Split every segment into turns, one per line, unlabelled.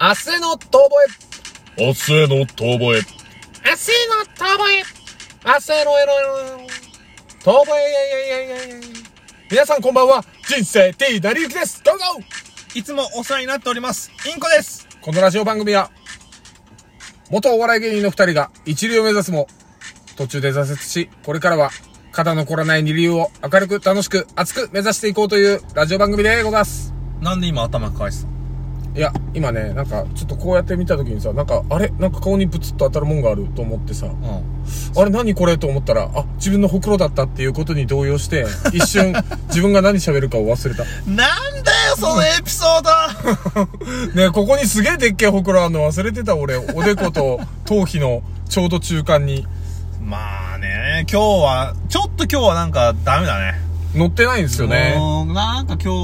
明日の遠吠
明日への遠吠え。
え。明日の遠吠え。明日のエロエロ。遠吠え、いやいやいやいやいや皆さんこんばんは。人生 T なりゆきです。どうぞ
いつもお世話になっております。インコです。
このラジオ番組は、元お笑い芸人の二人が一流を目指すも、途中で挫折し、これからは肩の凝らない二流を明るく楽しく熱く目指していこうというラジオ番組でございます。
なんで今頭かわした
いや、今ね、なんか、ちょっとこうやって見た時にさ、なんか、あれなんか顔にブツッと当たるもんがあると思ってさ、
うん。
あれ何これと思ったら、あ、自分のほくろだったっていうことに動揺 して、一瞬、自分が何喋るかを忘れた。
なんだよ、そのエピソー
ねえここにすげえでっけえほくろあんの忘れてた俺、おで こと頭皮のちょうど中間に。
ド まあね、今日は、ちょっと今日はなんかダメだね。
乗ってないんですよね。
うーんなんか今日、う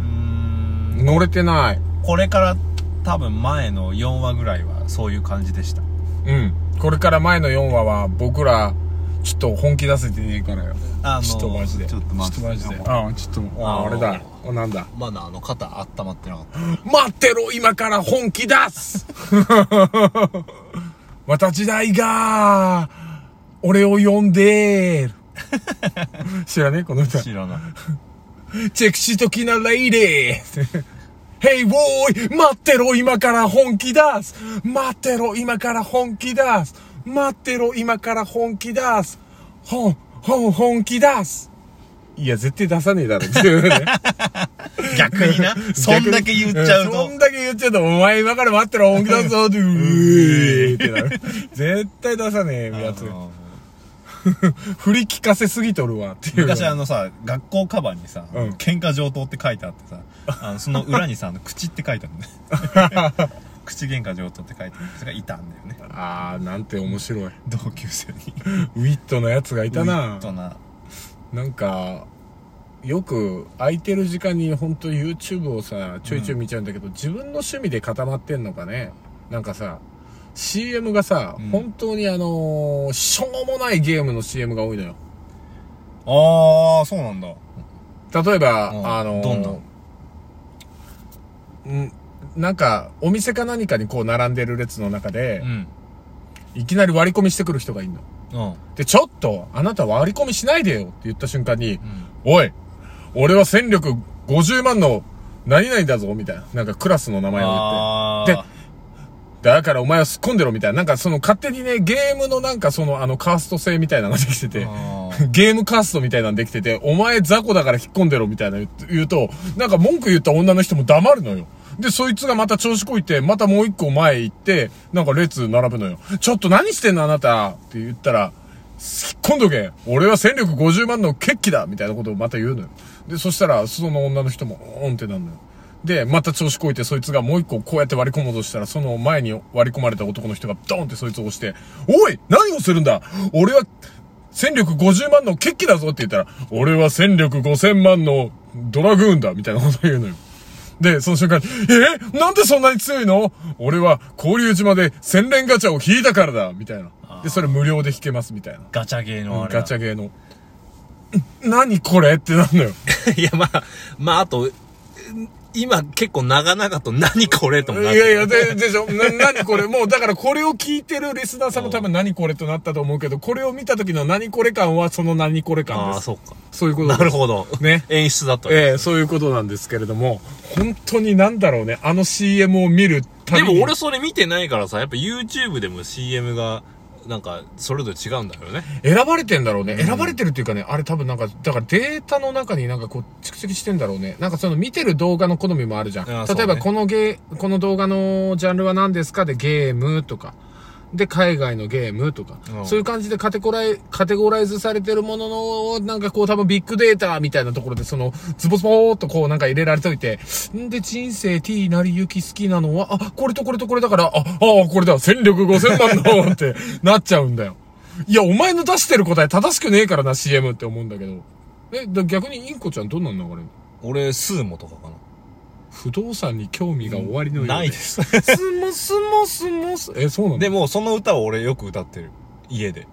ーん、
乗れてない。
これから多分前の4話ぐらいはそういう感じでした。
うん。これから前の4話は、僕ら、ちょっと本気出せてねえからよ。
あ
ちょっとマジで。
ちょっとマ
ちょっ
ジで。
とマジで。ああ、ちょっと、ああ、あれだ。あなんだ。
まだあの肩温まってなかった。
待ってろ今から本気出 すまた時代が俺を呼んでる 知らねえこの歌
知らない。
チェクシ的なレイデー Hey boy! 待ってろ今から本気出す待ってろ今から本気出す待ってろ今から本気出すほん、ほん、本気出すいや、絶対出さねえだろ、っていうね。
逆にな。そんだけ言っちゃうと
んそん。だけ言っちゃうと、お前今から待ってろ、本気出すぞって、うーってなる。絶対出さねえやつ
あ。の
振り聞かせすぎとるわ、っていう。
昔あのさ、学校カバンにさ、
うん
喧嘩上等って書いてあってさ、あのその裏にさ、あの口って書いてあ るんだよ。口喧嘩上等って書いてあるそれがいたんだよね。
あー、なんて面白い。
同級生に。
ウィットなやつがいた
ウィ
な
ット。な。
なんか、よく空いてる時間に本当 YouTube をさ、ちょいちょい見ちゃうんだけど、自分の趣味で固まってんのかね。なんかさ、CM がさ、
うん
本当にあのーしょうもないゲームの CM が多いのよ。
あー、そうなんだ。
例えば、
うん
あの
どんなん
うんなんかお店か何かにこう並んでる列の中で、
うん。
いきなり割り込みしてくる人がいるの
うん。
でちょっとあなた割り込みしないでよって言った瞬間に、
ん
おい俺は戦力50万の何々だぞみたいななんかクラスの名前を言って
あ
でだからお前は突っ込んでろみたいななんかその勝手にねゲームのなんかそのあのカースト制みたいなのができてて
あー
ゲームカーストみたいなんできてて、お前雑魚だから引っ込んでろみたいな言う言うと、なんか文句言った女の人も黙るのよ。で、そいつがまた調子こいて、またもう一個前行って、なんか列並ぶのよ。ちょっと何してんのあなたって言ったら、引っ込んどけ俺は戦力50万の決起だみたいなことをまた言うのよ。で、そしたら、その女の人も、うーんってなるのよ。で、また調子こいて、そいつがもう一個こうやって割り込もうとしたら、その前に割り込まれた男の人がドーンってそいつを押して、おい何をするんだ俺は戦力50万の決起だぞって言ったら、俺は戦力5000万のドラグーンだみたいなことを言うのよ。で、その瞬間に、えなんでそんなに強いの俺は交流島で千連ガチャを引いたからだみたいな。で、それ無料で引けますみたいな。
ガチャゲーのあれだ。
ガチャゲーの。ん何これってなんのよ。
いや、まあ、まあ、あと、今結構長々と何これとも
い
なって
やいや、で、でしょ。な、何これもう、だからこれを聞いてるリスナーさんも多分何これとなったと思うけど、これを見た時の何これ感はその何これ感
あ
で
あ、
す。
そうか。
そういうことで
な
す
るほど。
ね
演出だったわけ
ええそういうことなんですけれども、本当になんだろうね、あの CM を見るた
で
びに。
も俺それ見てないからさ、やっぱ YouTube でも CM が、なんか、それぞれ違うんだよね。
選ばれてんだろうね。選ばれてるっていうかね、あれ多分なんか、だからデータの中になんかこう蓄積してんだろうね。なんかその見てる動画の好みもあるじゃん。
ああ
例え
そ
ば
うね
このゲー、この動画のジャンルは何ですかでゲームとか。で、海外のゲームとか、
うん
そういう感じでカテゴライ、カテゴライズされてるものの、なんかこう多分ビッグデータみたいなところで、その、ズボズボーっとこうなんか入れられといて、んで、人生 T なりゆき好きなのは、あ、これとこれとこれだから、あ、ああ、これだ、戦力5000万のって なっちゃうんだよ。いや、お前の出してる答え正しくねえからな、CM って思うんだけど。え、だ逆にインコちゃんどんなん流れるの
俺、スーモとかか
不動産に興味が終わりのよう
な。
で
ないで。す。
すもすもすもす。え、そうなの
でも、その歌を俺よく歌ってる。家で。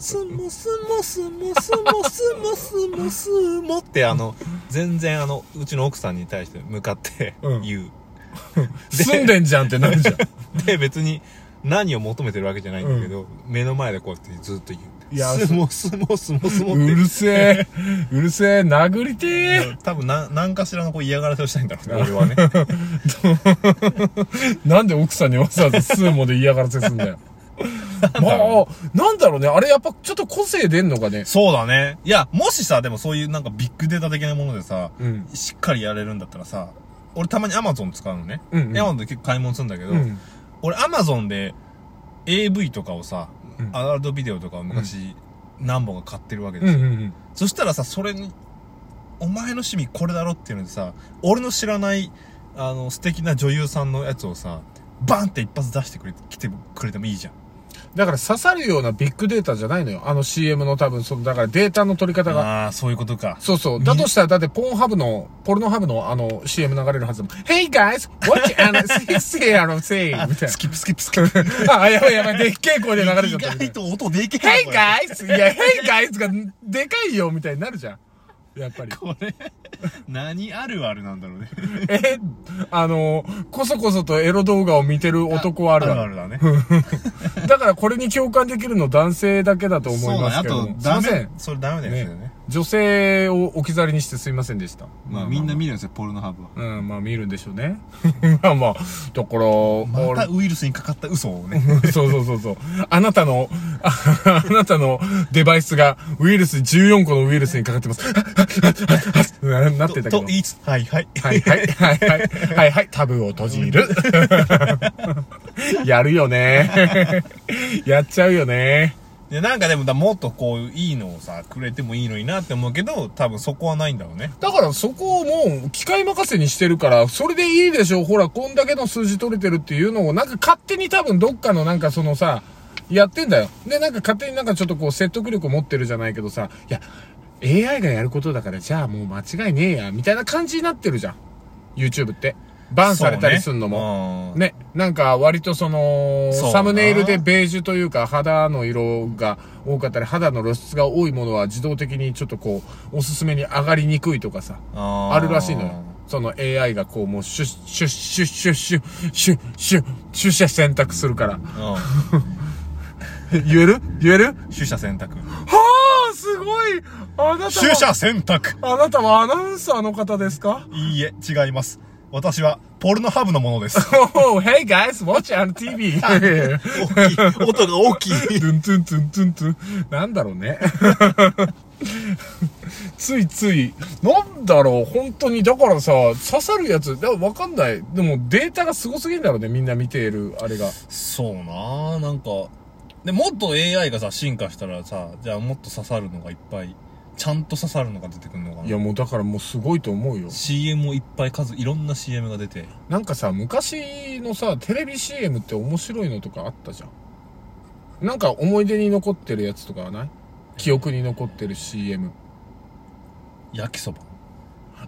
スモスモスモスモスモスモスモってあの、全然あの、うちの奥さんに対して向かって
うん
言う。
住んでんじゃんってなる じゃん。
で、別に何を求めてるわけじゃないんだけど、目の前でこうやってずっと言う。
いや
相撲、相撲、相撲、相撲
う
って。
るせえ。うるせえ。殴りてえ。
多分な、何かしらのこう嫌がらせをしたいんだろうね、俺はね。
なんで奥さんにわざわざスーモで嫌がらせすんだよ。まあ、なんだろうね。あれやっぱちょっと個性出んのかね。
そうだね。いや、もしさ、でもそういうなんかビッグデータ的なものでさ、
うん。
しっかりやれるんだったらさ、俺たまにアマゾン使うのね。
うんうん
アマゾンで結構買い物するんだけど、
うん。
俺アマゾンで AV とかをさ、
うん
アダルトビデオとかを昔、何本か買ってるわけです
う
よ。
んうん
そしたらさ、それに、お前の趣味これだろっていうのでさ、俺の知らない、あの、素敵な女優さんのやつをさ、バンって一発出してくれて、来てくれてもいいじゃん。
だから刺さるようなビッグデータじゃないのよ。あの CM の多分、その、だからデータの取り方が。
ああー、そういうことか。
そうそう。だとしたら、だって、ポンハブの、ポルノハブの、あの、CM 流れるはずだもん Hey guys, watch and see, see, and see, みたい
スキップスキップスキップ。
な。あ、やばいやばい、でっけえ声で流れちゃったみたい
意外
な。
と音でけ
Hey
か
guys! いや、Hey guys が、でかいよ、みたいになるじゃん。やっぱり。
これ、何あるあるなんだろうね。
え、あの、こそこそとエロ動画を見てる男あるある。
るだね。
だからこれに共感できるの男性だけだと思
そ
いう
だ
ま
ね。
す
あ
けど
と
も。、すい
ダ
ませ
メ
ん。。
それダメだよ
ね
ね。
女性を置き去りにしてすいませんでした。
まあみんな見るんですよ、ポルノハブは。
うん、まあ見るんでしょうね。 まあまあ、だから、
ま
俺
たウイルスにかかった嘘をね。
そうそうそうそう。あなたの、 ああなたのデバイスがウイルス、14個のウイルスにかかってます。 ななってたけど
と。言いつつ、はいはい。
はいはいはいはい。はいはい。タブを閉じる。 やるよね。 やっちゃうよね。
でなんかでもだもっとこういいのをさくれてもいいのになって思うけど多分そこはないんだろうね
だからそこをもう機械任せにしてるから、それでいいでしょう。ほら、こんだけの数字取れてるっていうのを、なんか勝手に多分どっかのなんかそのさ、やってんだよ。で、なんか勝手になんかちょっとこう説得力を持ってるじゃないけどさ、いや、AI がやることだから、じゃあもう間違いねえや、みたいな感じになってるじゃん。YouTube って。バンされたりすんのも。
もね
ね、なんか割とその
そうだな
サムネイルでベージュというか肌の色が多かったり肌の露出が多いものは自動的にちょっとこうおすすめに上がりにくいとかさ
あー
あるらしいのよその AI がこうもうシュッシュッシュッシュッシュッシュッシュッシュッシュッ選択するから
う
言える言える
ん取捨選択
はあすごいあなた
取
は
捨選択
あなたはアナウンサーの方ですか
いいえ違います私はポルノハブのものです
Oh, hey guys, watch on TV!
大きい音が大きい
トゥントゥントゥントゥントゥン。なんだろうね。 ついつい、なんだろう、本当に。だからさ、刺さるやつ、だわかんない。でもデータがすごすぎんだろうね、みんな見ている、あれが。
そうなーなんかでもっと AI がさ進化したらさじゃあもっと刺さるのがいっぱいちゃんと刺さるのが出てくるのか
いや、
な
もうだからもうすごいと思うよ。
CM をいっぱい数いろんな CM が出て
なんかさ、昔のさ、テレビ CM って面白いのとかあったじゃん。なんか思い出に残ってるやつとかはない記憶に残ってる CM。
焼きそば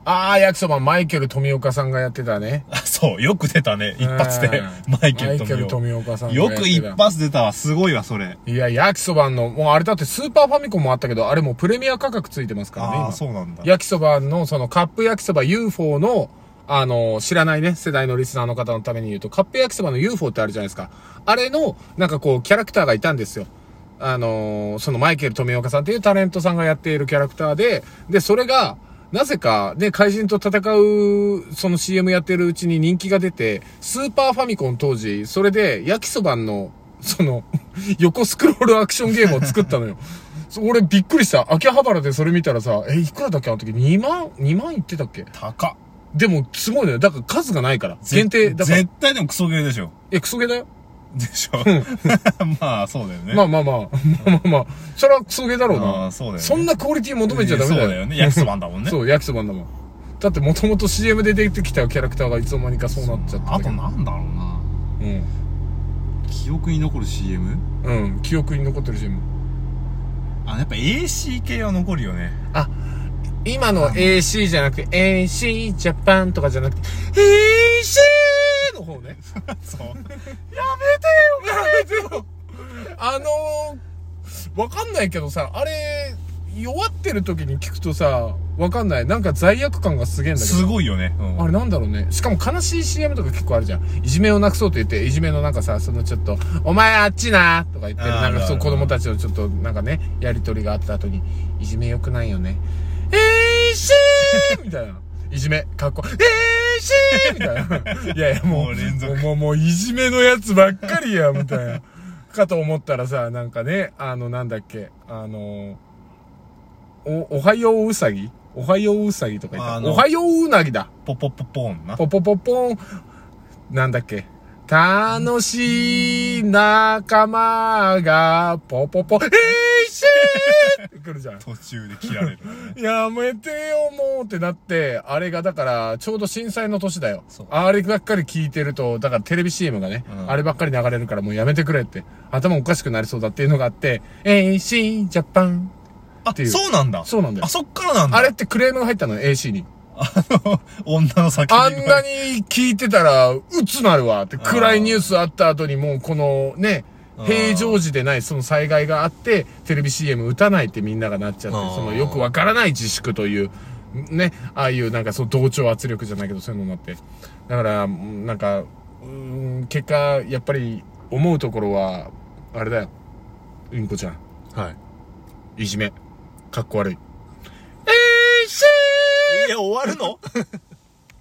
あー、焼きそば、マイケル富岡さんがやってたね。
あそうよく出たね一発 で
うん
マイケ
マ
ル
イケル
富
富岡さん
美
がやっ
よ
てた
く一発出たわすごいわそれ
いや、焼きそばの、もうあれだってスーパーファミコンもあったけど、あれもうプレミア価格ついてますからね。
ああ
今
そうなんだ
焼きそばの、そのカップ焼きそば UFO の、あの、知らないね、世代のリスナーの方のために言うと、カップ焼きそばの UFO ってあるじゃないですか。あれの、なんかこう、キャラクターがいたんですよ。あのーそのマイケル富岡さんっていうタレントさんがやっているキャラクターで、で、それが、なぜか、ね、怪人と戦う、その CM やってるうちに人気が出て、スーパーファミコン当時、それで、焼きそばの、その、 横スクロールアクションゲームを作ったのよ。そう俺びっくりした。秋葉原でそれ見たらさ、え、いくらだっけあの時2万、2万いってたっけ
高っ
でも、すごいのよ。だから数がないから。限定。だから
絶、対でもクソゲーでしょ
え、クソゲーだよ。
でしょ まあそうだよね
まあまあまあ、まあまあまあ、それはクソゲーだろうな。
あーそうだよね
そんなクオリティ求めちゃダメだよ。
そうだよね焼きそばだもんね
そう、焼きそばだもん。だってもともと CM で出てきたキャラクターがいつの間にかそうなっちゃった
あ
んだけど。
となんだろうな
うん。
記憶に残る CM?
うん、記憶に残ってる CM。
あやっぱ AC 系は残るよね
あ、今の AC じゃなくて、AC ジャパンとかじゃなくて、AC の方ね。
そう
やめてよ、やめてよ。あのー、わかんないけどさ、あれ、弱ってる時に聞くとさ、わかんない。なんか罪悪感がすげえんだけど
す。ごいよね。うん
あれなんだろうね。しかも悲しい CM とか結構あるじゃん。いじめをなくそうと言って、いじめのなんかさ、そのちょっと、お前あっちなとか言って、
あー
なん
ある
か
ある
そう子供たちのちょっと、なんかね、やりとりがあった後に、いじめ良くないよね。えーしーみたいな。いじめ、かっこ、えーしーみたい な。いやいや、もう、
もう連続
もう、もう、もういじめのやつばっかりや、みたいな。かと思ったらさ、なんかね、あの、なんだっけ、あの、お、おはよううさぎおはよううさぎとか言
あ
っ
の
た。おはよううなぎだ。
ポポポポーンな。
ポポポポン。なんだっけ。楽しい仲間が、ポポポ、えいしーって来るじゃん。
途中で切られる。
やめてよ、もうってなって、あれがだから、ちょうど震災の年だよ
そう。
あればっかり聞いてると、だからテレビ CM がね、
うん
あればっかり流れるからもうやめてくれって、頭おかしくなりそうだっていうのがあって、AC ジャパン。
あ
てい、う
そうなんだ。
そうなんだよ
あ、。そっからなんだ。
あれってクレームが入ったの、AC に。
女の叫び声
あんなに聞いてたら、鬱なるわって、
ー
暗いニュースあった後にもうこのね、
あー
平常時でないその災害があって、テレビ CM 打たないってみんながなっちゃっ
あー
て、そのよくわからない自粛という、ね、ああいうなんかその同調圧力じゃないけどそういうのになって。だから、うんなんか、うーん結果、やっぱり思うところは、あれだよ。うんこちゃん。
はい。
いじめ。かっこ悪い。
いや、終わるの